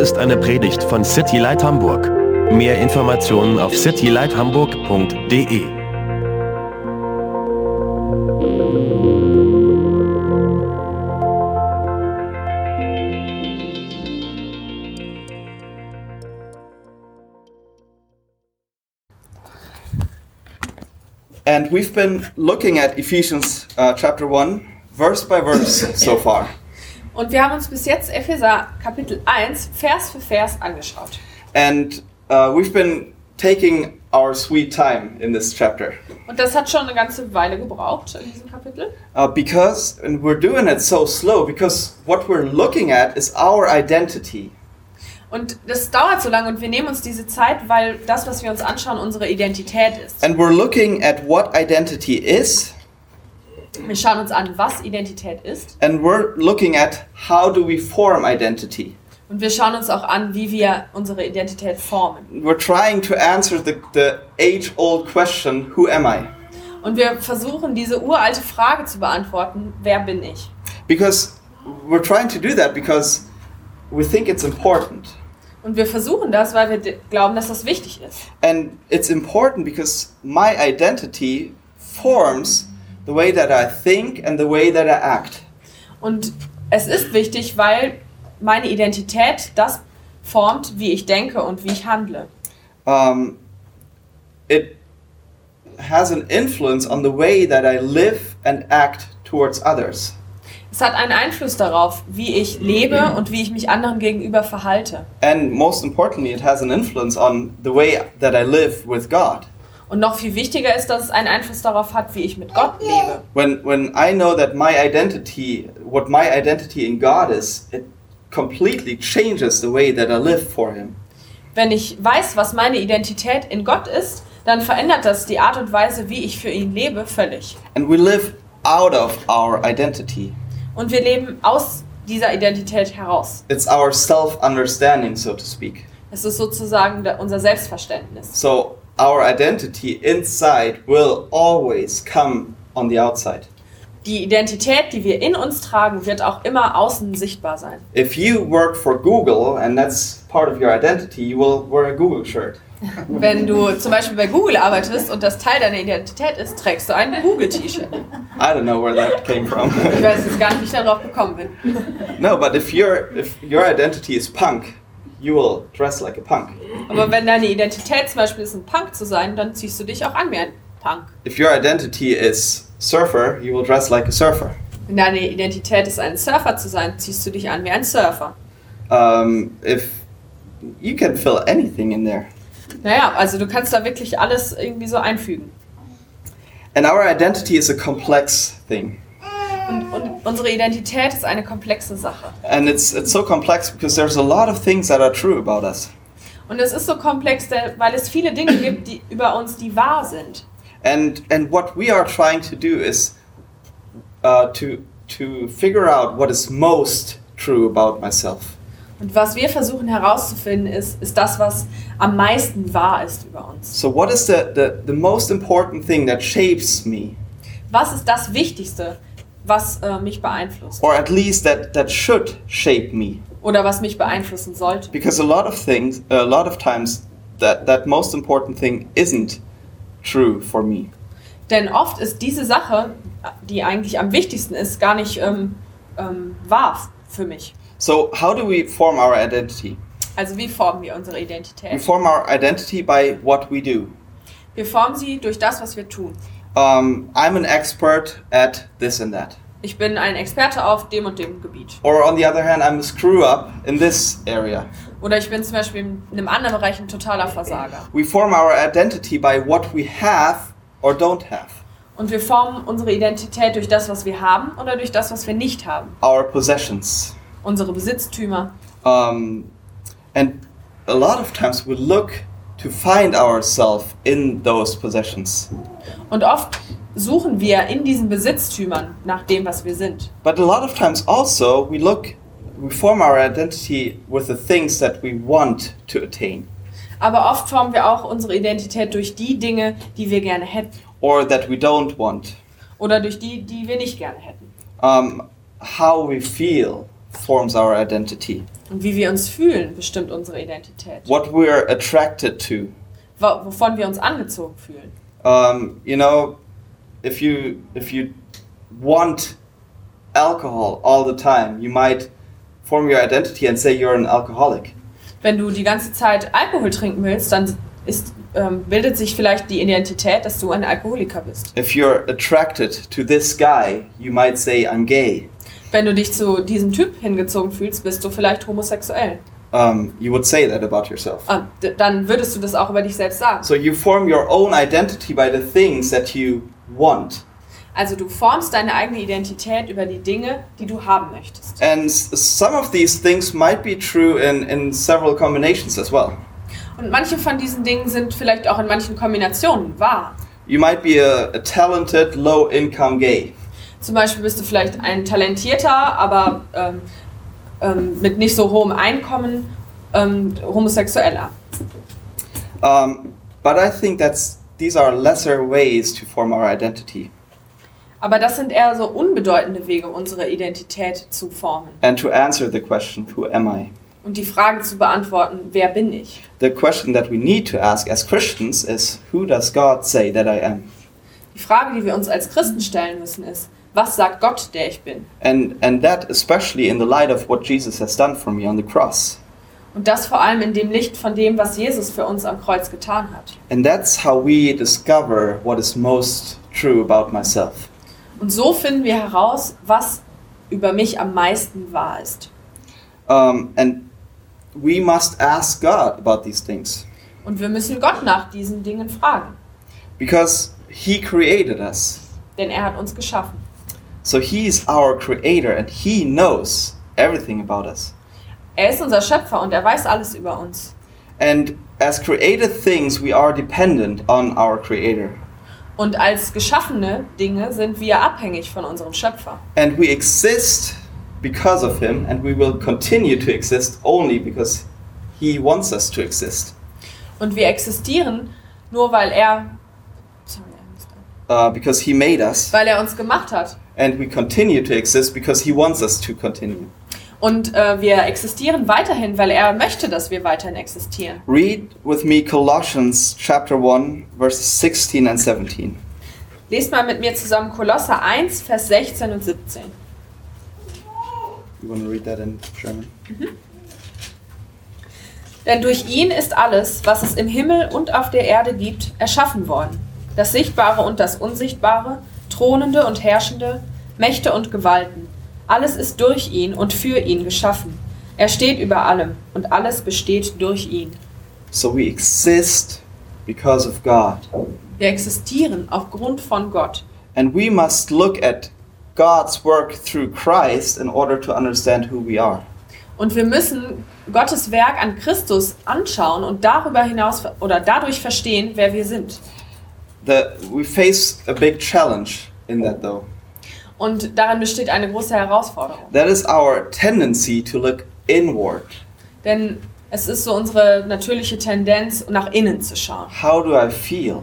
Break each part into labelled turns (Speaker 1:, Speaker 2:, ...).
Speaker 1: ist eine Predigt von City Light Hamburg. Mehr Informationen auf citylighthamburg.de.
Speaker 2: And we've been looking at Ephesians uh, chapter 1, verse by verse so far.
Speaker 3: Und wir haben uns bis jetzt Epheser Kapitel 1 Vers für Vers angeschaut.
Speaker 2: And uh, we've been taking our sweet time in this chapter
Speaker 3: Und das hat schon eine ganze Weile gebraucht in diesem Kapitel,
Speaker 2: uh, because, and we're doing it so slow, because what we're looking at is our identity.
Speaker 3: Und das dauert so lange und wir nehmen uns diese Zeit, weil das, was wir uns anschauen, unsere Identität ist.
Speaker 2: And we're looking at what identity is,
Speaker 3: Wir schauen uns an, was Identität ist
Speaker 2: and we're looking at how do we form identity.
Speaker 3: und wir schauen uns auch an, wie wir unsere Identität formen.
Speaker 2: We're trying to answer the, the age old question who am I?
Speaker 3: Und wir versuchen, diese uralte Frage zu beantworten, wer bin ich?
Speaker 2: Because we're trying to do that because we think it's important.
Speaker 3: Und wir versuchen das, weil wir de- glauben, dass das wichtig ist.
Speaker 2: And it's important because my identity forms the way that I think and the way that I act.
Speaker 3: Und es ist wichtig, weil meine Identität das formt, wie ich denke und wie ich handle.
Speaker 2: Um, it has an influence on the way that I live and act towards others.
Speaker 3: Es hat einen Einfluss darauf, wie ich lebe und wie ich mich anderen gegenüber verhalte.
Speaker 2: And most importantly, it has an influence on the way that I live with God.
Speaker 3: Und noch viel wichtiger ist, dass es einen Einfluss darauf hat, wie ich mit Gott lebe.
Speaker 2: When, when I know that my identity, what my identity in God is, it completely changes the way that I live for Him.
Speaker 3: Wenn ich weiß, was meine Identität in Gott ist, dann verändert das die Art und Weise, wie ich für ihn lebe, völlig.
Speaker 2: And we live out of our identity.
Speaker 3: Und wir leben aus dieser Identität heraus.
Speaker 2: It's our self understanding, so to speak.
Speaker 3: Es ist sozusagen da- unser Selbstverständnis.
Speaker 2: So our identity inside will always come on the outside.
Speaker 3: Die Identität, die wir in uns tragen, wird auch immer außen sichtbar sein.
Speaker 2: If you work for Google and that's part of your identity, you will wear a Google shirt.
Speaker 3: Wenn du zum Beispiel bei Google arbeitest und das Teil deiner Identität ist, trägst du ein Google-T-Shirt.
Speaker 2: I don't know where that came from.
Speaker 3: Ich weiß jetzt gar nicht, wie ich darauf gekommen bin.
Speaker 2: no, but if your if your identity is punk, you will dress like a punk.
Speaker 3: Aber wenn deine Identität zum Beispiel ist, ein Punk zu sein, dann ziehst du dich auch an wie ein Punk.
Speaker 2: If your identity is surfer, you will dress like a surfer.
Speaker 3: Wenn deine Identität ist, ein Surfer zu sein, ziehst du dich an wie ein Surfer.
Speaker 2: Um, if you can fill anything in there.
Speaker 3: Naja, also du kannst da wirklich alles irgendwie so einfügen.
Speaker 2: And our identity is a complex thing.
Speaker 3: Und, und unsere Identität ist eine komplexe Sache.
Speaker 2: And it's, it's so complex because there's a lot of things that are true about us.
Speaker 3: Und es ist so komplex, der- weil es viele Dinge gibt, die über uns, die wahr sind.
Speaker 2: And, and what we are trying to do is uh, to, to figure out what is most true about myself.
Speaker 3: Und was wir versuchen herauszufinden, ist, ist das, was am meisten wahr ist über uns.
Speaker 2: So, what is the, the, the most important thing that shapes me,
Speaker 3: Was ist das Wichtigste, was äh, mich beeinflusst?
Speaker 2: or at least that, that should shape me?
Speaker 3: Oder was mich beeinflussen sollte?
Speaker 2: Because a lot of things, a lot of times, that, that most important thing isn't true for me.
Speaker 3: Denn oft ist diese Sache, die eigentlich am wichtigsten ist, gar nicht ähm, ähm, wahr für mich.
Speaker 2: So, how do we form our identity?
Speaker 3: Also wie formen wir unsere
Speaker 2: We
Speaker 3: Identität?
Speaker 2: form our identity by what we do.
Speaker 3: Wir formen sie durch das, was wir tun.
Speaker 2: Um, I'm an expert at this and that.
Speaker 3: Ich bin ein Experte auf dem und dem Gebiet.
Speaker 2: Or on the other hand, I'm a screw up in this area.
Speaker 3: Oder ich bin zum Beispiel in einem anderen Bereich ein totaler Versager.
Speaker 2: We form our identity by what we have or don't have,
Speaker 3: Und wir formen unsere Identität durch das, was wir haben oder durch das, was wir nicht haben.
Speaker 2: our possessions.
Speaker 3: Unsere Besitztümer.
Speaker 2: Um, and a lot of times we look to find ourselves in those possessions.
Speaker 3: Und oft suchen wir in diesen Besitztümern nach dem, was wir sind.
Speaker 2: But a lot of times also we look, we form our identity with the things that we want to attain
Speaker 3: Aber oft formen wir auch unsere Identität durch die Dinge, die wir gerne hätten.
Speaker 2: or that we don't want.
Speaker 3: Oder durch die, die wir nicht gerne hätten.
Speaker 2: um, how we feel, forms our identity.
Speaker 3: Und wie wir uns fühlen, bestimmt unsere Identität.
Speaker 2: What we're attracted to.
Speaker 3: Wo- Wovon wir uns angezogen fühlen.
Speaker 2: Um, you know, if you if you want alcohol all the time, you might form your identity and say you're an alcoholic.
Speaker 3: Wenn du die ganze Zeit Alkohol trinken willst, dann ist, ähm, bildet sich vielleicht die Identität, dass du ein Alkoholiker bist.
Speaker 2: If you're attracted to this guy, you might say I'm gay.
Speaker 3: Wenn du dich zu diesem Typ hingezogen fühlst, bist du vielleicht homosexuell.
Speaker 2: Um, you would say that about yourself.
Speaker 3: Ah, d- dann würdest du das auch über dich selbst sagen.
Speaker 2: So you form your own identity by the things that you want.
Speaker 3: Also du formst deine eigene Identität über die Dinge, die du haben möchtest.
Speaker 2: And s- some of these things might be true in, in several combinations as well.
Speaker 3: Und manche von diesen Dingen sind vielleicht auch in manchen Kombinationen wahr.
Speaker 2: You might be a, a talented, low income gay.
Speaker 3: Zum Beispiel bist du vielleicht ein talentierter, aber ähm, ähm, mit nicht so hohem Einkommen ähm, Homosexueller.
Speaker 2: Um, but I think that's these are lesser ways to form our identity
Speaker 3: Aber das sind eher so unbedeutende Wege, unsere Identität zu formen
Speaker 2: and to answer the question, who am I?
Speaker 3: und die Frage zu beantworten, wer bin ich?
Speaker 2: The question that we need to ask as Christians is, who does God say that I am?
Speaker 3: Die Frage, die wir uns als Christen stellen müssen, ist, was sagt Gott, der ich bin?
Speaker 2: And, and that especially in the light of what Jesus has done for me on the cross.
Speaker 3: Und das vor allem in dem Licht von dem, was Jesus für uns am Kreuz getan hat.
Speaker 2: And that's how we discover what is most true about myself.
Speaker 3: Und so finden wir heraus, was über mich am meisten wahr ist.
Speaker 2: Um, and we must ask God about these things
Speaker 3: Und wir müssen Gott nach diesen Dingen fragen,
Speaker 2: because He created us.
Speaker 3: denn er hat uns geschaffen.
Speaker 2: So He is our creator and He knows everything about us.
Speaker 3: Er ist unser Schöpfer und er weiß alles über uns.
Speaker 2: And as created things, we are dependent on our creator.
Speaker 3: Und als geschaffene Dinge sind wir abhängig von unserem Schöpfer.
Speaker 2: And we exist because of Him and we will continue to exist only because He wants us to exist.
Speaker 3: Und wir existieren nur, weil er, sorry, I missed that.
Speaker 2: Uh, because He made us
Speaker 3: weil er uns gemacht hat.
Speaker 2: and we continue to exist because He wants us to continue.
Speaker 3: Und äh, wir existieren weiterhin, weil er möchte, dass wir weiterhin existieren.
Speaker 2: Read with me Colossians chapter 1 verses 16 and 17.
Speaker 3: Lest mal mit mir zusammen Kolosser 1, Vers 16 und 17.
Speaker 2: You want to read that in German?
Speaker 3: Denn durch ihn ist alles, was es im Himmel und auf der Erde gibt, erschaffen worden. Das Sichtbare und das Unsichtbare, Thronende und Herrschende, Mächte und Gewalten. Alles ist durch ihn und für ihn geschaffen. Er steht über allem und alles besteht durch ihn.
Speaker 2: So we exist because of God.
Speaker 3: Wir existieren aufgrund von Gott.
Speaker 2: And we must look at God's work through Christ in order to understand who we are.
Speaker 3: Und wir müssen Gottes Werk an Christus anschauen und darüber hinaus oder dadurch verstehen, wer wir sind.
Speaker 2: The, we face a big challenge in that though.
Speaker 3: Und darin besteht eine große Herausforderung.
Speaker 2: That is our tendency to look inward.
Speaker 3: Denn es ist so unsere natürliche Tendenz, nach innen zu schauen.
Speaker 2: How do I feel?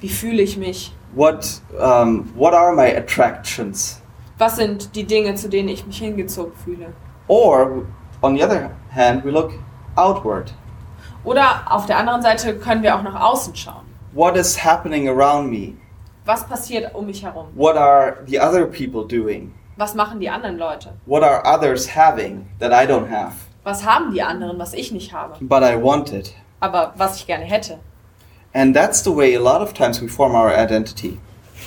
Speaker 3: Wie fühle ich mich?
Speaker 2: What, um, what are my attractions?
Speaker 3: Was sind die Dinge, zu denen ich mich hingezogen fühle?
Speaker 2: Or, on the other hand, we look outward.
Speaker 3: Oder auf der anderen Seite können wir auch nach außen schauen.
Speaker 2: What is happening around me?
Speaker 3: Was passiert um mich herum?
Speaker 2: What are the other people doing?
Speaker 3: Was machen die anderen Leute?
Speaker 2: What are others having that I don't have,
Speaker 3: Was haben die anderen, was ich nicht habe,
Speaker 2: but I want it?
Speaker 3: aber was ich gerne hätte?
Speaker 2: And that's the way a lot of times we form our identity.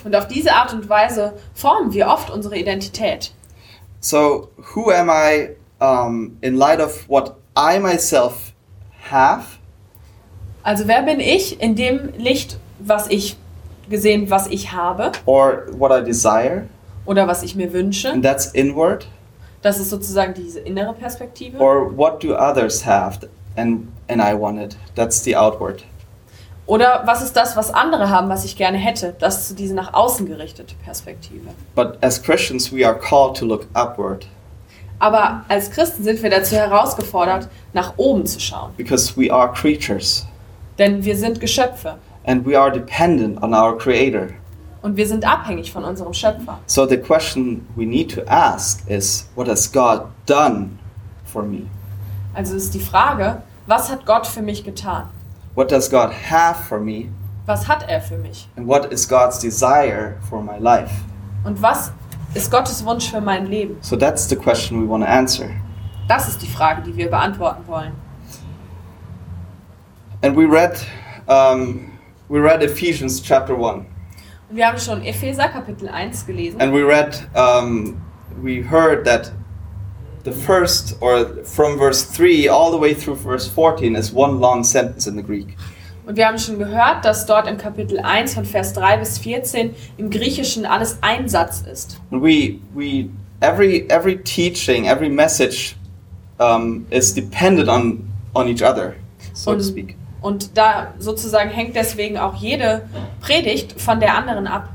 Speaker 3: Und auf diese Art und Weise formen wir oft unsere Identität.
Speaker 2: So, who am I um, in light of what I myself have
Speaker 3: Also wer bin ich in dem Licht, was ich gesehen, was ich habe
Speaker 2: or what I desire?
Speaker 3: oder was ich mir wünsche?
Speaker 2: And that's inward.
Speaker 3: Das ist sozusagen diese innere Perspektive.
Speaker 2: Or what do others have and, and I want it? That's the outward.
Speaker 3: Oder was ist das, was andere haben, was ich gerne hätte? Das ist so diese nach außen gerichtete Perspektive.
Speaker 2: But as Christians, we are called to look upward
Speaker 3: Aber als Christen sind wir dazu herausgefordert, nach oben zu schauen.
Speaker 2: because we are creatures
Speaker 3: Denn wir sind Geschöpfe
Speaker 2: and we are dependent on our Creator.
Speaker 3: und wir sind abhängig von unserem Schöpfer.
Speaker 2: So the question we need to ask is what has God done for me?
Speaker 3: Also ist die Frage, was hat Gott für mich getan?
Speaker 2: What does God have for me?
Speaker 3: Was hat er für mich?
Speaker 2: And what is God's desire for my life?
Speaker 3: Und was ist Gottes Wunsch für mein Leben?
Speaker 2: So that's the question we want to answer.
Speaker 3: Das ist die Frage, die wir beantworten wollen.
Speaker 2: And we read um, we read Ephesians chapter 1
Speaker 3: Und wir haben schon Epheser Kapitel 1 gelesen
Speaker 2: and we read um, we heard that the first or from verse 3 all the way through verse 14 is one long sentence in the Greek.
Speaker 3: und wir haben schon gehört, dass dort im Kapitel 1 von Vers 3 bis 14 im Griechischen alles ein Satz ist.
Speaker 2: And we we every every teaching, every message um, is dependent on on each other, so to
Speaker 3: Und-
Speaker 2: speak.
Speaker 3: Und da sozusagen hängt deswegen auch jede Predigt von der anderen ab.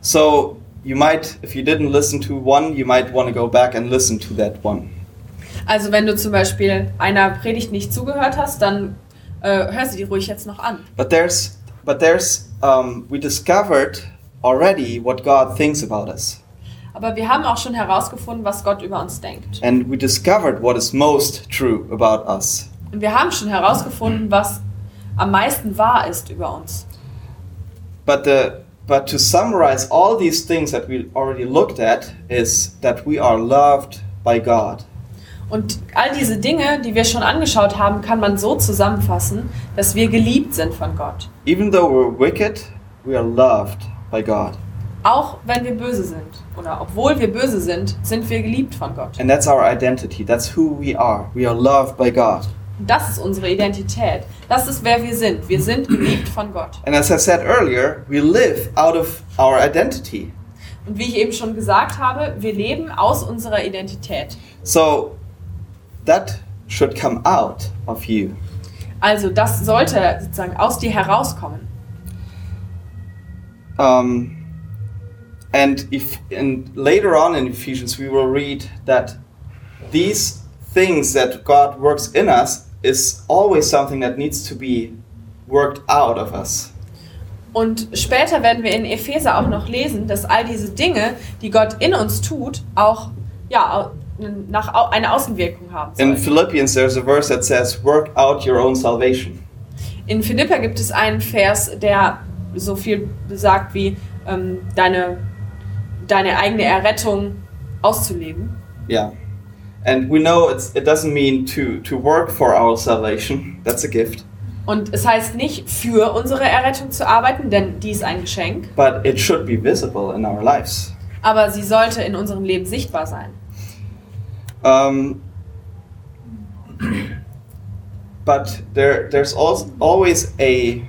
Speaker 2: So you might, if you didn't listen to one, you might want to go back and listen to that one.
Speaker 3: Also wenn du zum Beispiel einer Predigt nicht zugehört hast, dann äh, hör sie dir ruhig jetzt noch an.
Speaker 2: But there's, but there's, um, we discovered already what God thinks about us,
Speaker 3: Aber wir haben auch schon herausgefunden, was Gott über uns denkt.
Speaker 2: and we discovered what is most true about us.
Speaker 3: Und wir haben schon herausgefunden, was am meisten wahr ist über uns.
Speaker 2: But the, but to summarize all these things that we already looked at is that we are loved by God.
Speaker 3: Und all diese Dinge, die wir schon angeschaut haben, kann man so zusammenfassen, dass wir geliebt sind von Gott.
Speaker 2: Even though we're wicked, we are loved by God,
Speaker 3: Auch wenn wir böse sind. Oder obwohl wir böse sind, sind wir geliebt von Gott.
Speaker 2: and that's our identity. That's who we are. We are loved by God.
Speaker 3: Und das ist unsere Identität. Das ist, wer wir sind. Wir sind geliebt von Gott.
Speaker 2: And as I said earlier, we live out of our identity.
Speaker 3: Und wie ich eben schon gesagt habe, wir leben aus unserer Identität.
Speaker 2: So that should come out of you.
Speaker 3: Also das sollte sozusagen aus dir herauskommen.
Speaker 2: Um, and if and later on in Ephesians we will read that these things that God works in us is always something that needs to be worked out of us.
Speaker 3: Und später werden wir in Epheser auch noch lesen, dass all diese Dinge, die Gott in uns tut, auch ja, au- nach, au- eine Außenwirkung haben.
Speaker 2: In
Speaker 3: Sollen.
Speaker 2: Philippians there's a verse that says, "Work out your own salvation."
Speaker 3: In Philippa gibt es einen Vers, der so viel besagt wie ähm, deine, deine eigene Errettung auszuleben.
Speaker 2: Yeah. And we know it's, it doesn't mean to, to work for our salvation. That's a gift.
Speaker 3: Und es heißt nicht, für unsere Errettung zu arbeiten, denn die ist ein Geschenk,
Speaker 2: But it should be visible in our lives.
Speaker 3: aber sie sollte in unserem Leben sichtbar sein.
Speaker 2: Um, but there, there's al- always a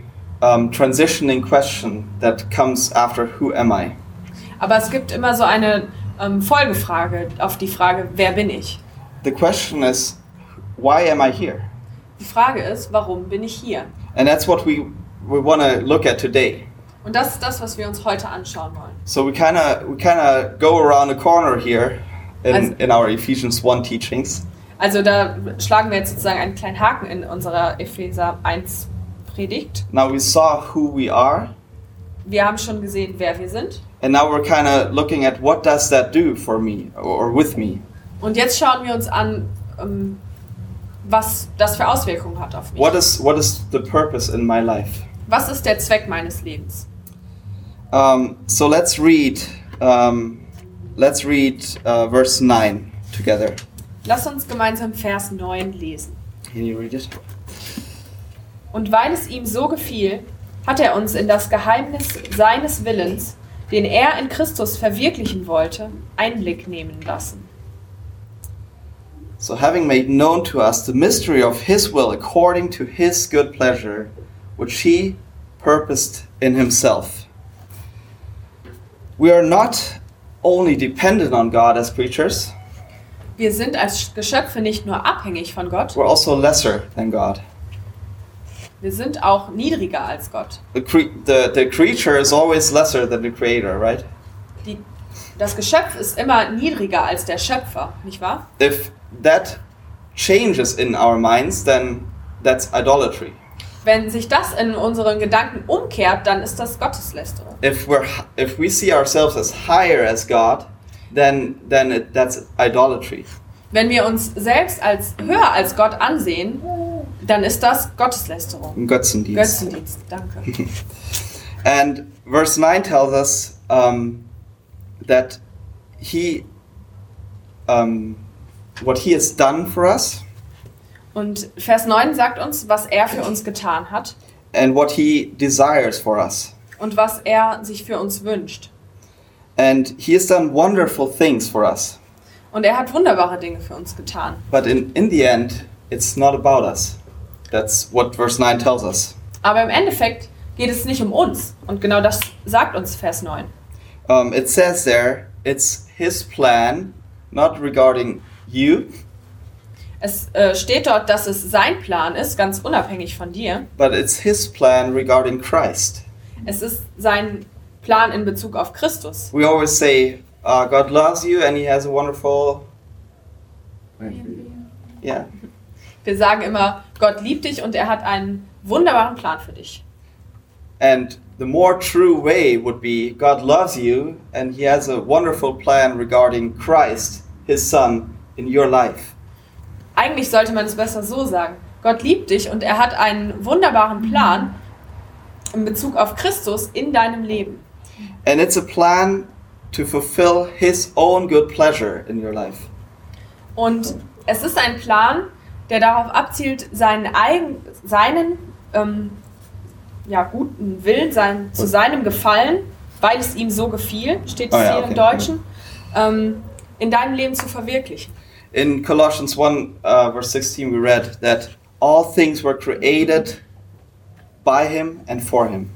Speaker 2: um, transitioning question that comes after who am I?
Speaker 3: Aber es gibt immer so eine ähm, Folgefrage auf die Frage, wer bin ich?
Speaker 2: The question is, why am I here?
Speaker 3: Die Frage ist, warum bin ich hier?
Speaker 2: And that's what we, we want to look at today.
Speaker 3: Und das ist das, was wir uns heute anschauen wollen.
Speaker 2: So we kind of we kind of go around the corner here in,
Speaker 3: As-
Speaker 2: in our Ephesians 1 teachings.
Speaker 3: Also da schlagen wir jetzt sozusagen einen kleinen Haken in unserer Epheser 1 Predigt.
Speaker 2: Now we saw who we are,
Speaker 3: Wir haben schon gesehen, wer wir sind.
Speaker 2: and now we're kind of looking at what does that do for me or with me?
Speaker 3: Und jetzt schauen wir uns an, ähm, was das für Auswirkungen hat auf mich.
Speaker 2: What is what is the purpose in my life?
Speaker 3: Was ist der Zweck meines Lebens?
Speaker 2: Um, so let's read um, let's read uh, verse nine together.
Speaker 3: Lass uns gemeinsam Vers 9 lesen.
Speaker 2: Can you read it?
Speaker 3: Und weil es ihm so gefiel, hat er uns in das Geheimnis seines Willens, den er in Christus verwirklichen wollte, Einblick nehmen lassen.
Speaker 2: So having made known to us the mystery of His will according to His good pleasure, which He purposed in Himself. We are not only dependent on God as preachers,
Speaker 3: Wir sind als Geschöpfe nicht nur abhängig von Gott,
Speaker 2: we're also lesser than God.
Speaker 3: wir sind auch niedriger als Gott.
Speaker 2: The, cre- the, the creature is always lesser than the creator, right?
Speaker 3: Die, das Geschöpf ist immer niedriger als der Schöpfer, nicht wahr?
Speaker 2: If that changes in our minds, then that's idolatry.
Speaker 3: Wenn sich das in unseren Gedanken umkehrt, dann ist das Gotteslästerung.
Speaker 2: If we're h- if we see ourselves as higher as God, then then it, that's idolatry.
Speaker 3: Wenn wir uns selbst als höher als Gott ansehen, dann ist das Gotteslästerung.
Speaker 2: Götzendienst.
Speaker 3: Götzendienst, danke.
Speaker 2: And verse 9 tells us um, that he, um, what he has done for us
Speaker 3: Und Vers 9 sagt uns, was er für uns getan hat
Speaker 2: and what he desires for us.
Speaker 3: und was er sich für uns wünscht.
Speaker 2: And he has done wonderful things for us.
Speaker 3: Und er hat wunderbare Dinge für uns getan.
Speaker 2: But in, in the end, it's not about us. That's what verse 9 tells us.
Speaker 3: Aber im Endeffekt geht es nicht um uns. Und genau das sagt uns Vers 9.
Speaker 2: Um, it says there, it's his plan, not regarding you,
Speaker 3: Es äh, steht dort, dass es sein Plan ist, ganz unabhängig von dir.
Speaker 2: but it's his plan regarding Christ.
Speaker 3: Es ist sein Plan in Bezug auf Christus.
Speaker 2: We always say uh, God loves you and He has a wonderful. Yeah,
Speaker 3: Wir sagen immer, Gott liebt dich und er hat einen wunderbaren Plan für dich.
Speaker 2: and the more true way would be God loves you and He has a wonderful plan regarding Christ, His Son, in your life.
Speaker 3: Eigentlich sollte man es besser so sagen. Gott liebt dich und er hat einen wunderbaren Plan in Bezug auf Christus in deinem Leben.
Speaker 2: And it's a plan to fulfill His own good pleasure in your life.
Speaker 3: Und es ist ein Plan, der darauf abzielt, seinen, eigen, seinen ähm, ja, guten Willen, sein, zu seinem Gefallen, weil es ihm so gefiel, steht es
Speaker 2: Ah ja,
Speaker 3: hier im
Speaker 2: okay.
Speaker 3: Deutschen, ähm, in deinem Leben zu verwirklichen.
Speaker 2: In Colossians 1, uh, verse 16, we read that all things were created by Him and for Him.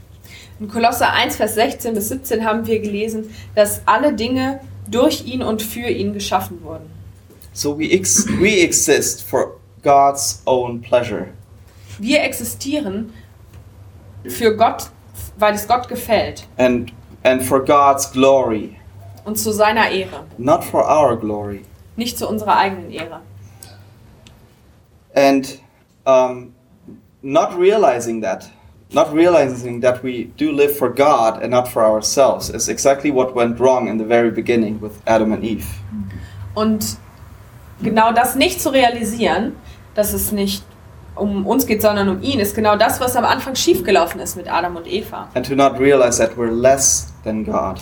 Speaker 3: In Kolosser 1, Vers 16 bis 17 haben wir gelesen, dass alle Dinge durch ihn und für ihn geschaffen wurden.
Speaker 2: So we ex- we exist for God's own pleasure.
Speaker 3: Wir existieren für Gott, weil es Gott gefällt
Speaker 2: and and for God's glory,
Speaker 3: und zu seiner Ehre,
Speaker 2: not for our glory.
Speaker 3: nicht zu unserer eigenen Ehre.
Speaker 2: And um, not realizing that, not realizing that we do live for God and not for ourselves, is exactly what went wrong in the very beginning with Adam and Eve.
Speaker 3: Und genau das nicht zu realisieren, dass es nicht um uns geht, sondern um ihn, ist genau das, was am Anfang schiefgelaufen ist mit Adam und Eva.
Speaker 2: And to not realize that we're less than God.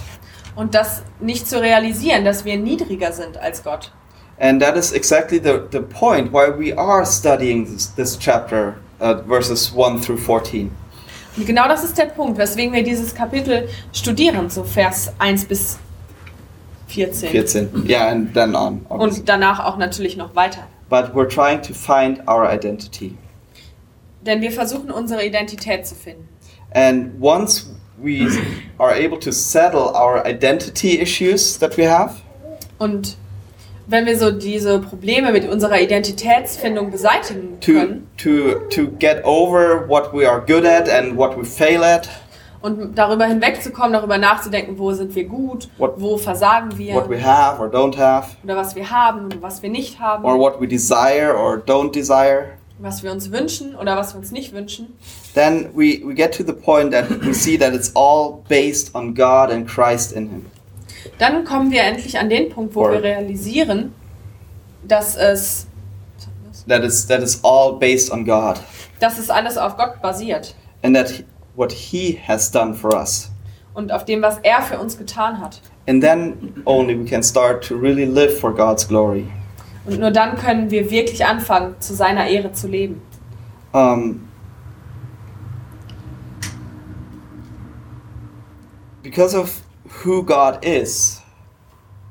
Speaker 3: Und das nicht zu realisieren, dass wir niedriger sind als Gott.
Speaker 2: And that is exactly the, the point why we are studying this, this chapter, uh, verses 1 through 14.
Speaker 3: Und genau das ist der Punkt, weswegen wir dieses Kapitel studieren, so Vers 1 bis 14.
Speaker 2: 14. Yeah, and then on. obviously.
Speaker 3: Und danach auch natürlich noch weiter.
Speaker 2: But we're trying to find our identity.
Speaker 3: Denn wir versuchen, unsere Identität zu finden.
Speaker 2: And once we are able to settle our identity issues that we have,
Speaker 3: Und wenn wir so diese Probleme mit unserer Identitätsfindung beseitigen können,
Speaker 2: to to to get over what we are good at and what we fail at,
Speaker 3: Und darüber hinwegzukommen, darüber nachzudenken, wo sind wir gut,
Speaker 2: What-
Speaker 3: wo versagen wir
Speaker 2: what we have or don't have,
Speaker 3: oder was wir haben oder was wir nicht haben,
Speaker 2: or what we desire or don't desire,
Speaker 3: was wir uns wünschen oder was wir uns nicht wünschen,
Speaker 2: then we, we get to the point that we see that it's all based on God and Christ in Him.
Speaker 3: dann kommen wir endlich an den Punkt, wo
Speaker 2: Or-
Speaker 3: wir realisieren, dass es,
Speaker 2: That is that is all based on God
Speaker 3: dass es alles auf Gott basiert
Speaker 2: and that he- what He has done for us.
Speaker 3: und auf dem, was er für uns getan hat.
Speaker 2: And then only we can start to really live for God's glory.
Speaker 3: Und nur dann können wir wirklich anfangen, zu seiner Ehre zu leben.
Speaker 2: um, because of who God is,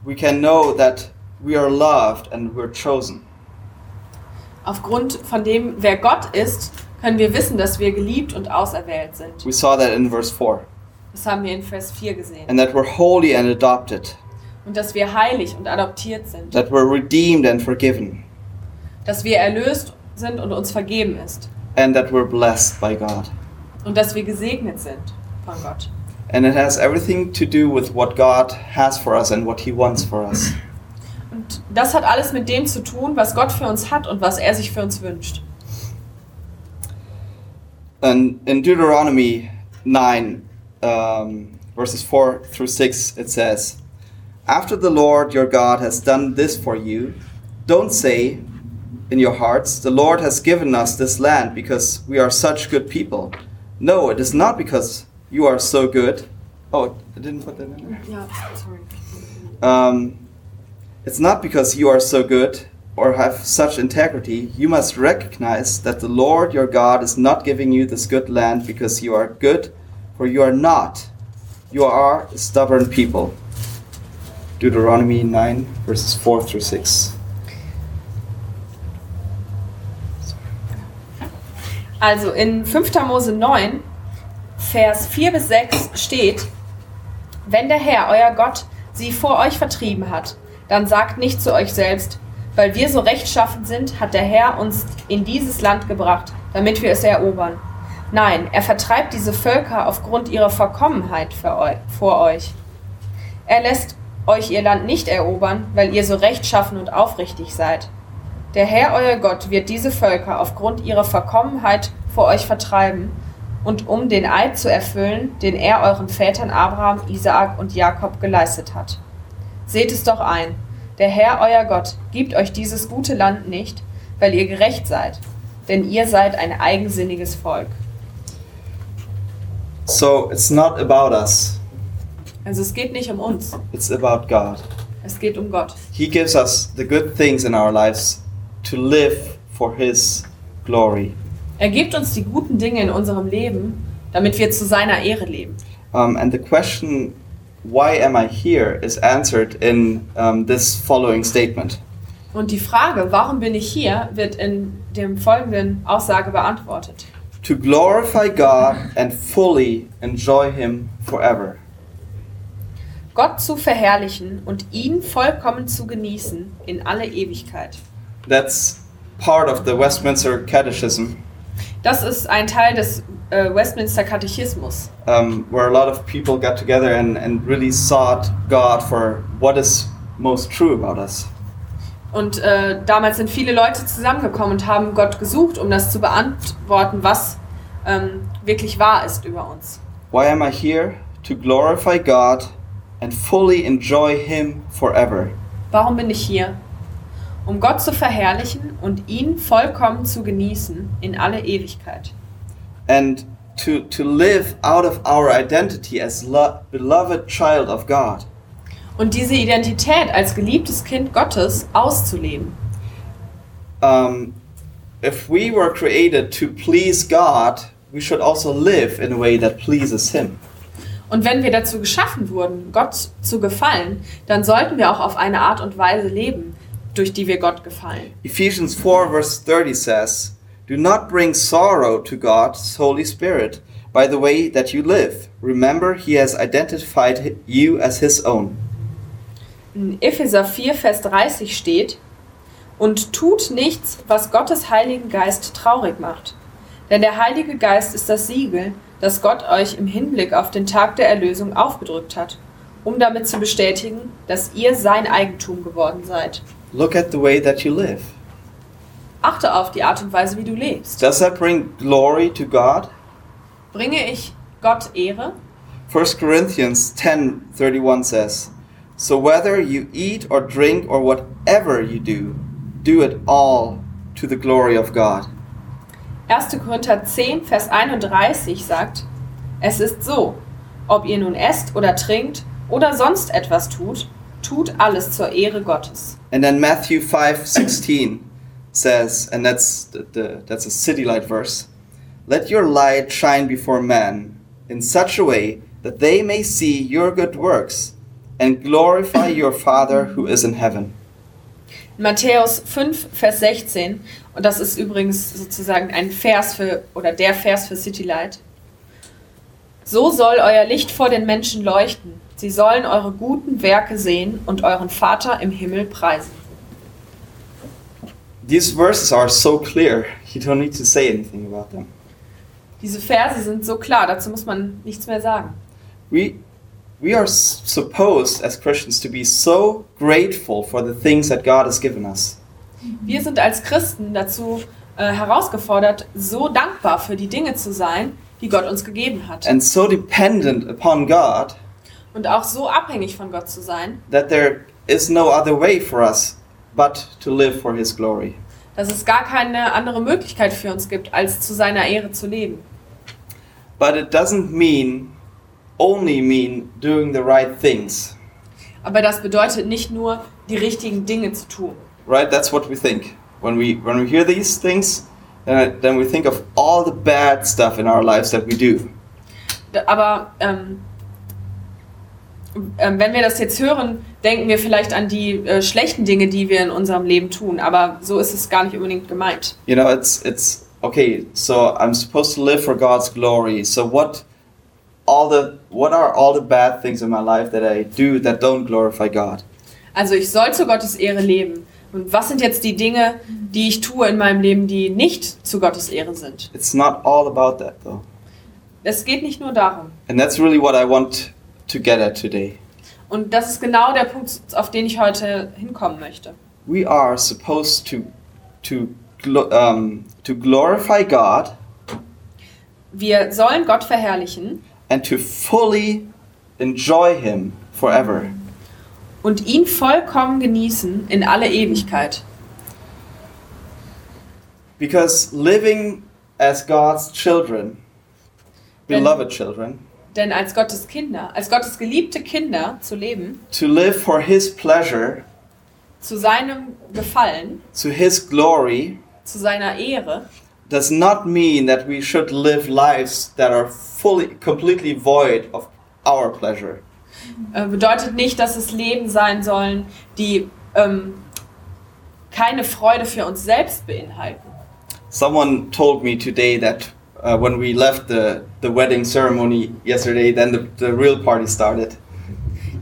Speaker 2: we can know that we are loved and we're chosen.
Speaker 3: Aufgrund von dem, wer Gott ist, können wir wissen, dass wir geliebt und auserwählt sind.
Speaker 2: We saw that in verse 4.
Speaker 3: Das haben wir in Vers 4 gesehen.
Speaker 2: And that we're holy and adopted,
Speaker 3: und dass wir heilig und adoptiert sind,
Speaker 2: that we're redeemed and forgiven,
Speaker 3: dass wir erlöst sind und uns vergeben ist
Speaker 2: and that we're blessed by God.
Speaker 3: und dass wir gesegnet sind von Gott.
Speaker 2: And it has everything to do with what God has for us and what He wants for us.
Speaker 3: Und das hat alles mit dem zu tun, was Gott für uns hat und was er sich für uns wünscht.
Speaker 2: And in Deuteronomy 9, um, verses 4 through 6, it says, After the Lord your God has done this for you, don't say in your hearts, The Lord has given us this land because we are such good people. No, it is not because you are so good. Oh, I didn't put that in there.
Speaker 3: Ja, sorry.
Speaker 2: Um, it's not because you are so good or have such integrity. You must recognize that the Lord your God is not giving you this good land because you are good, for you are not. You are a stubborn people. Deuteronomy 9, verses 4 through 6.
Speaker 3: Also in 5. Mose 9, Vers 4 bis 6 steht, wenn der Herr, euer Gott, sie vor euch vertrieben hat, dann sagt nicht zu euch selbst, weil wir so rechtschaffen sind, hat der Herr uns in dieses Land gebracht, damit wir es erobern. Nein, er vertreibt diese Völker aufgrund ihrer Verkommenheit für eu vor euch. Er lässt euch ihr Land nicht erobern, weil ihr so rechtschaffen und aufrichtig seid. Der Herr euer Gott wird diese Völker aufgrund ihrer Verkommenheit vor euch vertreiben und um den Eid zu erfüllen, den er euren Vätern Abraham, Isaak und Jakob geleistet hat. Seht es doch ein, der Herr euer Gott gibt euch dieses gute Land nicht, weil ihr gerecht seid, denn ihr seid ein eigensinniges Volk.
Speaker 2: So it's not about us,
Speaker 3: Also es geht nicht um uns,
Speaker 2: it's about God.
Speaker 3: es geht um Gott.
Speaker 2: He gives us the good things in our lives to live for His glory.
Speaker 3: Er gibt uns die guten Dinge in unserem Leben, damit wir zu seiner Ehre leben.
Speaker 2: Um, and the question, why am I here, is answered in um, this following statement.
Speaker 3: Und die Frage, warum bin ich hier, wird in dem folgenden Aussage beantwortet.
Speaker 2: To glorify God and fully enjoy Him forever.
Speaker 3: Gott zu verherrlichen und ihn vollkommen zu genießen in alle Ewigkeit.
Speaker 2: That's part of the Westminster Catechism,
Speaker 3: Das ist ein Teil des äh, Westminster Katechismus,
Speaker 2: um, where a lot of people got together and, and really sought God for what is most true about us.
Speaker 3: Und äh, damals sind viele Leute zusammengekommen und haben Gott gesucht, um das zu beantworten, was ähm, wirklich wahr ist über uns.
Speaker 2: Why am I here? To glorify God and fully enjoy Him forever.
Speaker 3: Warum bin ich hier? Um Gott zu verherrlichen und ihn vollkommen zu genießen in alle Ewigkeit.
Speaker 2: and to to live out of our identity as lo- beloved child of God.
Speaker 3: Und diese Identität als geliebtes Kind Gottes auszuleben.
Speaker 2: Um, if we were created to please God, we should also live in a way that pleases Him.
Speaker 3: Und wenn wir dazu geschaffen wurden, Gott zu gefallen, dann sollten wir auch auf eine Art und Weise leben, durch die wir Gott gefallen.
Speaker 2: Ephesians 4 verse 30 says, "Do not bring sorrow to God's Holy Spirit by the way that you live. Remember, He has identified hi- you as His own."
Speaker 3: In Epheser 4, Vers 30 steht, und tut nichts, was Gottes Heiligen Geist traurig macht. Denn der Heilige Geist ist das Siegel, das Gott euch im Hinblick auf den Tag der Erlösung aufgedrückt hat, um damit zu bestätigen, dass ihr sein Eigentum geworden seid.
Speaker 2: Look at the way that you live.
Speaker 3: Achte auf die Art und Weise, wie du lebst.
Speaker 2: Does that bring glory to God?
Speaker 3: Bringe ich Gott Ehre?
Speaker 2: 1 Corinthians 10:31 says, "So whether you eat or drink or whatever you do, do it all to the glory of God."
Speaker 3: 1. Korinther 10, Vers 31 sagt, es ist so, ob ihr nun esst oder trinkt oder sonst etwas tut, tut alles zur Ehre Gottes.
Speaker 2: And then Matthew 5:16 says, and that's the, the, that's a city light verse, "Let your light shine before men in such a way that they may see your good works and glorify your Father who is in heaven."
Speaker 3: In Matthäus 5, Vers 16, und das ist übrigens sozusagen ein Vers für, oder der Vers für City Light. So soll euer Licht vor den Menschen leuchten. Sie sollen eure guten Werke sehen und euren Vater im Himmel preisen.
Speaker 2: These verses are so clear. You don't need to say anything about them.
Speaker 3: Diese Verse sind so klar, dazu muss man nichts mehr sagen.
Speaker 2: we we are s- supposed as Christians to be so grateful for the things that God has given us.
Speaker 3: Wir sind als Christen dazu äh, herausgefordert, so dankbar für die Dinge zu sein, die Gott uns gegeben hat.
Speaker 2: and so dependent upon God
Speaker 3: Und auch so abhängig von Gott zu sein,
Speaker 2: that there is no other way for us but to live for His glory.
Speaker 3: dass es gar keine andere Möglichkeit für uns gibt, als zu seiner Ehre zu leben.
Speaker 2: But it doesn't mean, only mean doing the right things,
Speaker 3: Aber das bedeutet nicht nur, die richtigen Dinge zu tun.
Speaker 2: right? That's what we think. When we, when we hear these things, then, then we think of all the bad stuff in our lives that we do.
Speaker 3: D- Aber ähm, ähm, wenn wir das jetzt hören, denken wir vielleicht an die äh, schlechten Dinge, die wir in unserem Leben tun. Aber so ist es gar nicht unbedingt gemeint.
Speaker 2: You know, it's, it's okay, so I'm supposed to live for God's glory. So what, all the, what are all the bad things in my life that I do that don't glorify God?
Speaker 3: Also ich soll zu Gottes Ehre leben. Und was sind jetzt die Dinge, die ich tue in meinem Leben, die nicht zu Gottes Ehre sind?
Speaker 2: It's not all about that, though.
Speaker 3: Es geht nicht nur darum.
Speaker 2: And that's really what I want to get at today.
Speaker 3: Und das ist genau der Punkt, auf den ich heute hinkommen möchte.
Speaker 2: We are supposed to to glo- um, to glorify God
Speaker 3: Wir sollen Gott verherrlichen
Speaker 2: and to fully enjoy Him forever.
Speaker 3: und ihn vollkommen genießen in alle Ewigkeit.
Speaker 2: Because living as God's children,
Speaker 3: Then-
Speaker 2: beloved children,
Speaker 3: Denn als Gottes Kinder, als Gottes geliebte Kinder zu leben,
Speaker 2: to live for His pleasure,
Speaker 3: zu seinem Gefallen,
Speaker 2: to His glory,
Speaker 3: zu seiner Ehre,
Speaker 2: does not mean that we should live lives that are fully, completely void of our pleasure.
Speaker 3: äh, bedeutet nicht, dass es Leben sein sollen, die ähm, keine Freude für uns selbst beinhalten.
Speaker 2: Someone told me today that uh, when we left the, the wedding ceremony yesterday, then the, the real party started.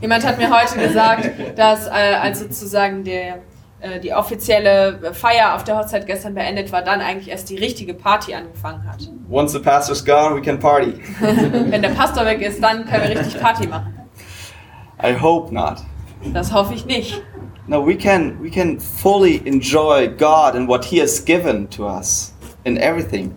Speaker 3: Jemand hat mir heute gesagt, dass äh, als sozusagen der, äh, die offizielle Feier auf der Hochzeit gestern beendet war, dann eigentlich erst die richtige Party angefangen hat.
Speaker 2: Once the pastor's gone, we can party.
Speaker 3: Wenn der Pastor weg ist, dann können wir richtig Party machen.
Speaker 2: I hope not.
Speaker 3: Das hoffe ich nicht.
Speaker 2: No, we can we can fully enjoy God and what He has given to us in everything.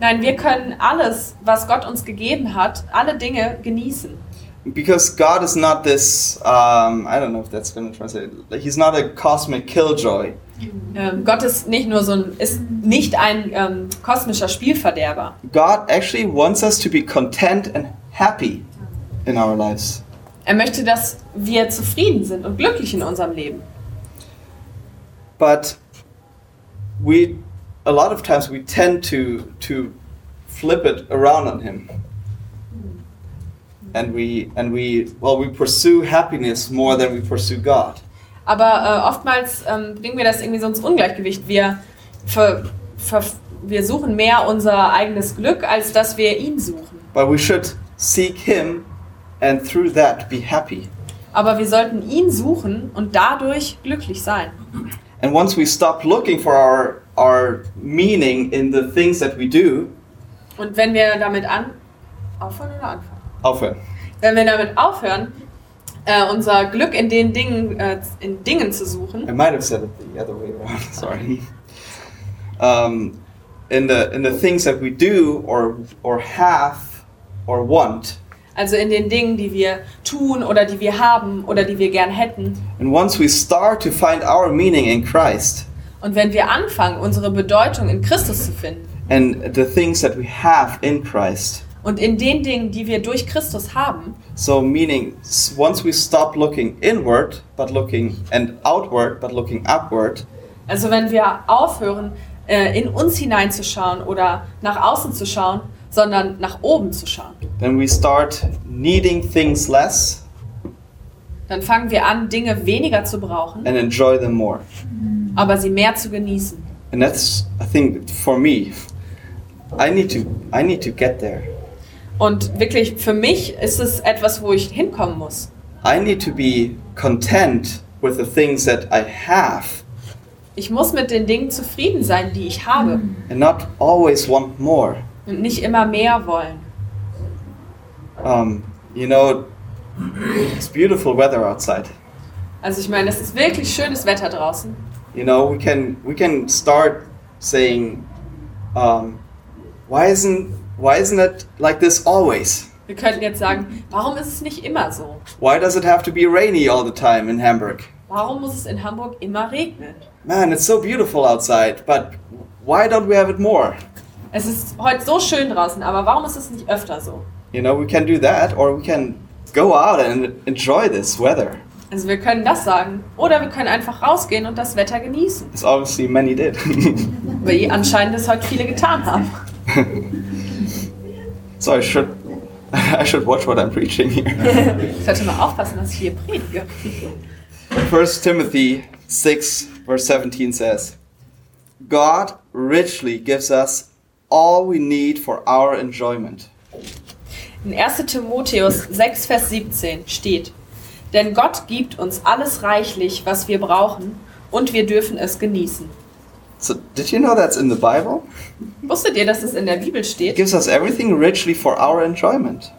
Speaker 3: Nein, wir können alles, was Gott uns gegeben hat, alle Dinge genießen.
Speaker 2: Because God is not this um, I don't know if that's gonna translate. Like, he's not a cosmic killjoy.
Speaker 3: Ähm, Gott ist nicht nur so ein, ist nicht ein ähm, kosmischer Spielverderber.
Speaker 2: God actually wants us to be content and happy in our lives.
Speaker 3: Er möchte, dass wir zufrieden sind und glücklich in unserem Leben.
Speaker 2: but we a lot of times we tend to to flip it around on him and we and we well we pursue happiness more than we pursue god
Speaker 3: Aber äh, oftmals ähm, bringen wir das irgendwie so ins Ungleichgewicht. Wir, ver, ver, wir suchen mehr unser eigenes Glück, als dass wir ihn suchen.
Speaker 2: but we should seek him and through that be happy
Speaker 3: Aber wir sollten ihn suchen und dadurch glücklich sein.
Speaker 2: and once we stop looking for our our meaning in the things that we do
Speaker 3: Und wenn wir damit an aufhören oder anfangen?
Speaker 2: aufhören.
Speaker 3: wenn wir damit aufhören, äh, unser Glück in den Dingen, äh, in Dingen zu
Speaker 2: I
Speaker 3: suchen,
Speaker 2: might have said it the other way around. Sorry. Um, in the in the things that we do or or have or want,
Speaker 3: also in den Dingen, die wir tun oder die wir haben oder die wir gern hätten.
Speaker 2: and once we start to find our meaning in Christ
Speaker 3: Und wenn wir anfangen, unsere Bedeutung in Christus zu finden
Speaker 2: and the things that we have in Christ,
Speaker 3: und in den Dingen, die wir durch Christus haben,
Speaker 2: so meaning s- once we stop looking inward but looking and outward but looking upward,
Speaker 3: also wenn wir aufhören, äh, in uns hineinzuschauen oder nach außen zu schauen, sondern nach oben zu schauen,
Speaker 2: then we start needing things less
Speaker 3: dann fangen wir an, Dinge weniger zu brauchen,
Speaker 2: and enjoy them more.
Speaker 3: aber sie mehr zu genießen.
Speaker 2: and that's i think for me i need to i need to get there
Speaker 3: Und wirklich, für mich ist es etwas, wo ich hinkommen muss.
Speaker 2: i need to be content with the things that i have
Speaker 3: Ich muss mit den Dingen zufrieden sein, die ich habe
Speaker 2: and not always want more
Speaker 3: und nicht immer mehr wollen.
Speaker 2: um, you know it's beautiful weather outside
Speaker 3: Also ich meine, es ist wirklich schönes Wetter draußen.
Speaker 2: you know we can we can start saying, um, why isn't why isn't it like this always?
Speaker 3: Wir könnten jetzt sagen, warum ist es nicht immer so?
Speaker 2: Why does it have to be rainy all the time in Hamburg?
Speaker 3: Warum muss es in Hamburg immer regnen?
Speaker 2: Man, it's so beautiful outside, but why don't we have it more?
Speaker 3: Es ist heute so schön draußen, aber warum ist es nicht öfter so?
Speaker 2: You know, we can do that, or we can go out and enjoy this weather,
Speaker 3: Also wir können das sagen. Oder wir können einfach rausgehen und das Wetter genießen.
Speaker 2: as obviously many did.
Speaker 3: Wie anscheinend es heute viele getan haben.
Speaker 2: so I should I should watch what I'm preaching here.
Speaker 3: Ich sollte mal aufpassen, dass ich hier predige.
Speaker 2: 1 Timothy 6, verse 17 says, God richly gives us all we need for our enjoyment.
Speaker 3: In 1. Timotheus 6, Vers 17 steht, denn Gott gibt uns alles reichlich, was wir brauchen, und wir dürfen es genießen.
Speaker 2: So, did you know that's in the Bible?
Speaker 3: Wusstet ihr, dass es in der Bibel
Speaker 2: It
Speaker 3: steht?
Speaker 2: gives us everything richly for our enjoyment.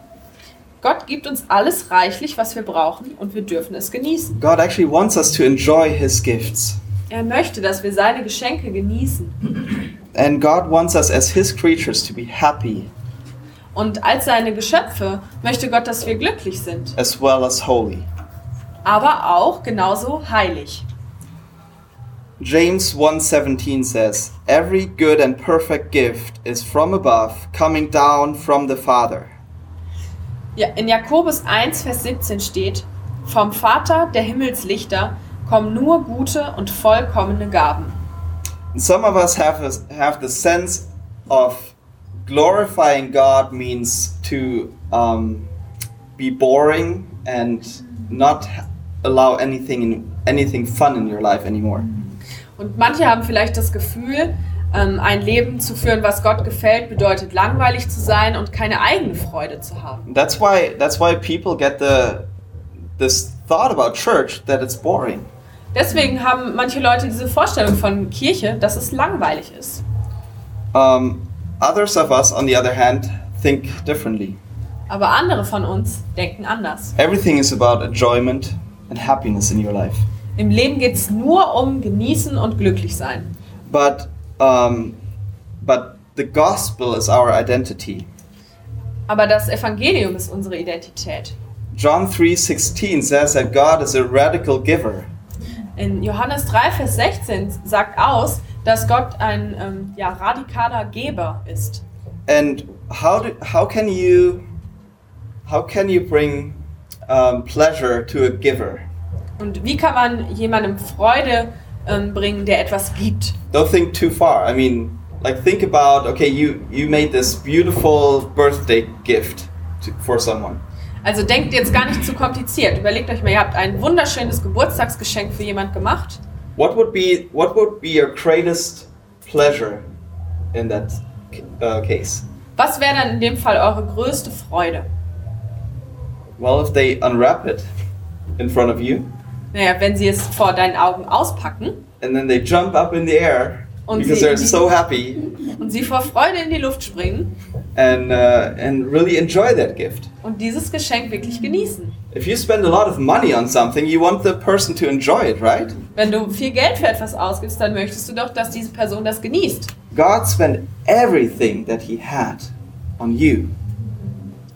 Speaker 3: Gott gibt uns alles reichlich, was wir brauchen, und wir dürfen es genießen.
Speaker 2: God actually wants us to enjoy His gifts.
Speaker 3: Er möchte, dass wir seine Geschenke genießen.
Speaker 2: And God wants us as His creatures to be happy
Speaker 3: Und als seine Geschöpfe möchte Gott, dass wir glücklich sind,
Speaker 2: as well as holy.
Speaker 3: aber auch genauso heilig.
Speaker 2: James 1:17 says, "Every good and perfect gift is from above, coming down from the Father."
Speaker 3: Ja, in Jakobus 1, Vers 17 steht, vom Vater der Himmelslichter kommen nur gute und vollkommene Gaben.
Speaker 2: And some of us have a, have the sense of glorifying God means to um, be boring and not ha- allow anything in, anything fun in your life anymore.
Speaker 3: Und manche haben vielleicht das Gefühl, ähm, ein Leben zu führen, was Gott gefällt, bedeutet langweilig zu sein und keine eigene Freude zu haben.
Speaker 2: That's why that's why people get the this thought about church that it's boring.
Speaker 3: Deswegen haben manche Leute diese Vorstellung von Kirche, dass es langweilig ist.
Speaker 2: Um, others of us, on the other hand, think differently.
Speaker 3: Aber andere von uns denken anders.
Speaker 2: Everything is about enjoyment and happiness in your life.
Speaker 3: Im Leben geht es nur um genießen und glücklich sein.
Speaker 2: But um, but the gospel is our identity.
Speaker 3: Aber das Evangelium ist unsere Identität.
Speaker 2: John 3:16 says that God is a radical giver.
Speaker 3: In Johannes 3, Vers 16 sagt aus, dass Gott ein ähm, ja, radikaler Geber ist.
Speaker 2: And how do, how can you how can you bring um, pleasure to a giver?
Speaker 3: Und wie kann man jemandem Freude ähm, bringen, der etwas gibt?
Speaker 2: Don't think too far. I mean, like think about okay, you you made this beautiful birthday gift to, for someone.
Speaker 3: Also denkt jetzt gar nicht zu kompliziert. Überlegt euch mal, ihr habt ein wunderschönes Geburtstagsgeschenk für jemand gemacht.
Speaker 2: What would be what would be your greatest pleasure in that uh, case?
Speaker 3: Was wäre dann in dem Fall eure größte Freude?
Speaker 2: Well, if they unwrap it in front of you
Speaker 3: Naja, wenn sie es vor deinen Augen auspacken
Speaker 2: and then they jump up in the air
Speaker 3: Und
Speaker 2: because
Speaker 3: sie-
Speaker 2: they're so happy
Speaker 3: und sie vor Freude in die Luft springen
Speaker 2: and uh, and really enjoy that gift.
Speaker 3: und dieses Geschenk wirklich genießen.
Speaker 2: If you spend a lot of money on something, you want the person to enjoy it, right?
Speaker 3: Wenn du viel Geld für etwas ausgibst, dann möchtest du doch, dass diese Person das genießt.
Speaker 2: God spent everything that he had on you.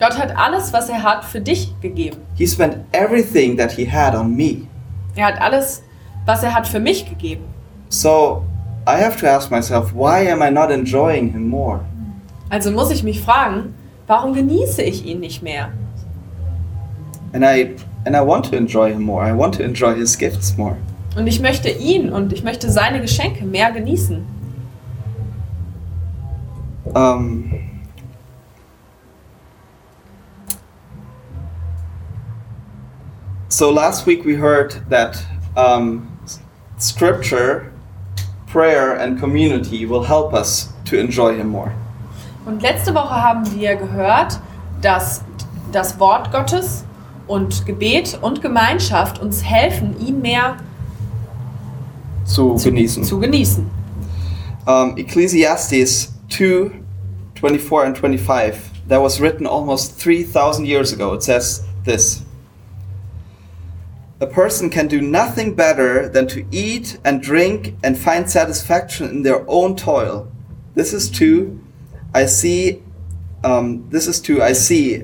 Speaker 3: Gott hat alles, was er hat, für dich gegeben.
Speaker 2: He spent everything that he had on me.
Speaker 3: Er hat alles, was er hat, für mich gegeben.
Speaker 2: So I have to ask myself, why am I not enjoying him more?
Speaker 3: Also muss ich mich fragen, warum genieße ich ihn nicht mehr?
Speaker 2: And I and I want to enjoy him more. I want to enjoy his gifts more.
Speaker 3: Und ich möchte ihn und ich möchte seine Geschenke mehr genießen.
Speaker 2: Um, so last week we heard that um, s- scripture, prayer, and community will help us to enjoy Him more.
Speaker 3: Und letzte Woche haben wir gehört, dass das Wort Gottes und Gebet und Gemeinschaft uns helfen, ihn mehr
Speaker 2: Zu genießen.
Speaker 3: zu genießen.
Speaker 2: Um, Ecclesiastes 2 24 and 25, that was written almost 3,000 years ago. It says this A person can do nothing better than to eat and drink and find satisfaction in their own toil. This is to, I see, um, this is to, I see,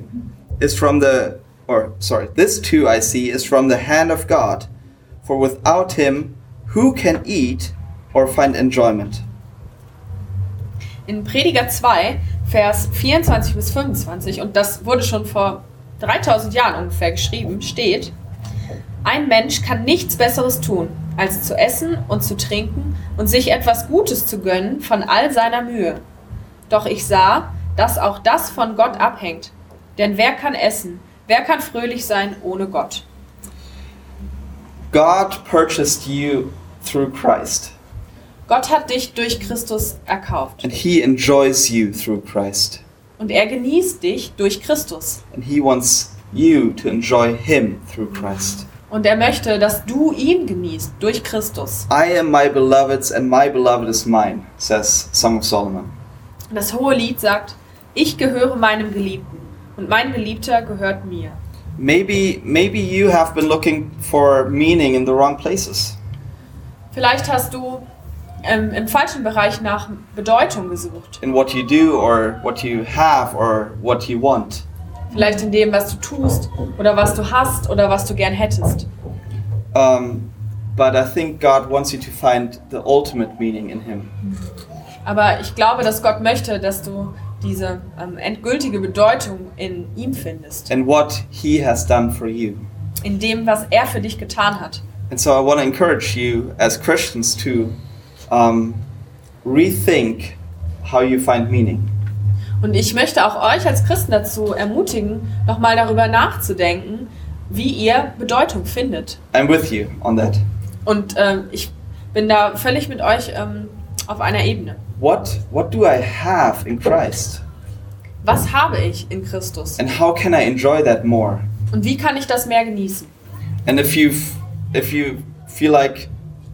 Speaker 2: is from the, or sorry, this too I see is from the hand of God. For without him, who can eat or find enjoyment?
Speaker 3: In Prediger 2, Vers 24 bis 25, und das wurde schon vor 3000 Jahren ungefähr geschrieben, steht, ein Mensch kann nichts Besseres tun, als zu essen und zu trinken und sich etwas Gutes zu gönnen von all seiner Mühe. Doch ich sah, dass auch das von Gott abhängt. Denn wer kann essen? Wer kann fröhlich sein ohne Gott?
Speaker 2: God purchased you through Christ,
Speaker 3: Gott hat dich durch Christus erkauft.
Speaker 2: and he enjoys you through Christ,
Speaker 3: Und er genießt dich durch Christus.
Speaker 2: and he wants you to enjoy him through Christ.
Speaker 3: Und er möchte, dass du ihn genießt durch Christus.
Speaker 2: I am my beloved's, and my beloved is mine, says Song of Solomon.
Speaker 3: Das hohe Lied sagt, ich gehöre meinem Geliebten und mein Geliebter gehört mir.
Speaker 2: Maybe, maybe you have been looking for meaning in the wrong places.
Speaker 3: Vielleicht hast du ähm, im falschen Bereich nach Bedeutung gesucht.
Speaker 2: in what you do or what you have or what you want.
Speaker 3: Vielleicht in dem, was du tust oder was du hast oder was du gern hättest.
Speaker 2: Um, but I think God wants you to find the ultimate meaning in Him.
Speaker 3: Aber ich glaube, dass Gott möchte, dass du diese ähm, endgültige Bedeutung in ihm findest,
Speaker 2: and what He has done for you.
Speaker 3: in dem, was er für dich getan hat.
Speaker 2: And so I want to encourage you as Christians to um, rethink how you find meaning.
Speaker 3: Und ich möchte auch euch als Christen dazu ermutigen, nochmal darüber nachzudenken, wie ihr Bedeutung findet.
Speaker 2: I'm with you on that.
Speaker 3: Und ähm, ich bin da völlig mit euch ähm, auf einer Ebene.
Speaker 2: What, what do I have in Christ?
Speaker 3: Was habe ich in Christus?
Speaker 2: And how can I enjoy that more?
Speaker 3: Und wie kann ich das mehr genießen?
Speaker 2: And if you've if you feel like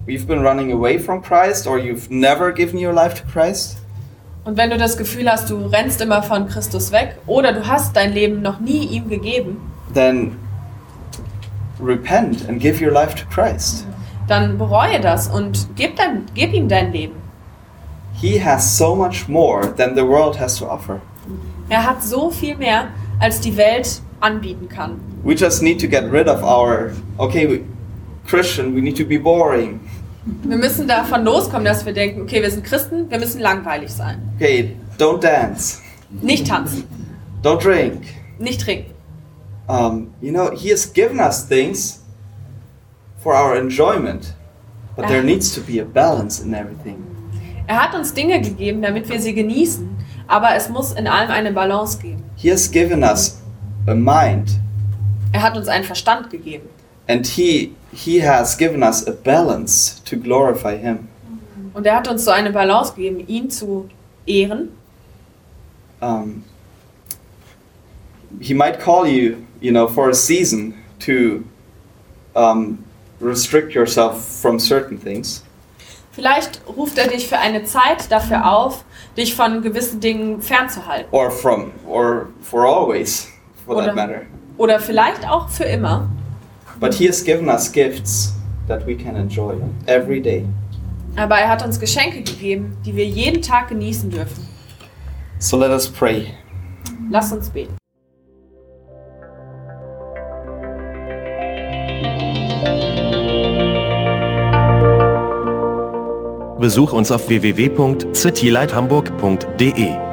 Speaker 2: you've been running away from Christ or you've never given your life to Christ,
Speaker 3: Und wenn du das Gefühl hast, du rennst immer von Christus weg oder du hast dein Leben noch nie ihm gegeben,
Speaker 2: then repent and give your life to Christ.
Speaker 3: dann bereue das und gib, dein, gib ihm dein Leben.
Speaker 2: He has so much more than the world has to offer.
Speaker 3: Er hat so viel mehr, als die Welt anbieten kann.
Speaker 2: We just need to get rid of our okay, we, Christian, we need to be boring.
Speaker 3: Wir müssen davon loskommen, dass wir denken, okay, wir sind Christen, wir müssen langweilig sein.
Speaker 2: Okay, don't dance,
Speaker 3: Nicht tanzen,
Speaker 2: don't drink.
Speaker 3: nicht trinken.
Speaker 2: Um, you know, he has given us things for our enjoyment, but there
Speaker 3: Ah.
Speaker 2: needs to be a balance in everything.
Speaker 3: Er hat uns Dinge gegeben, damit wir sie genießen, aber es muss in allem eine Balance geben.
Speaker 2: He has given us a mind,
Speaker 3: Er hat uns einen Verstand gegeben
Speaker 2: and he he has given us a balance to glorify him.
Speaker 3: und er hat uns so eine Balance gegeben, ihn zu ehren.
Speaker 2: Um, he might call you, you know, for a season to um, restrict yourself from certain things,
Speaker 3: Vielleicht ruft er dich für eine Zeit dafür auf, dich von gewissen Dingen fernzuhalten.
Speaker 2: or from, or for always, for
Speaker 3: Oder-
Speaker 2: that matter.
Speaker 3: Oder vielleicht auch für immer.
Speaker 2: But he has given us gifts that we can enjoy every day.
Speaker 3: Aber er hat uns Geschenke gegeben, die wir jeden Tag genießen dürfen.
Speaker 2: So let us pray.
Speaker 3: Lass uns beten.
Speaker 1: Besuch uns auf www.citylighthamburg.de.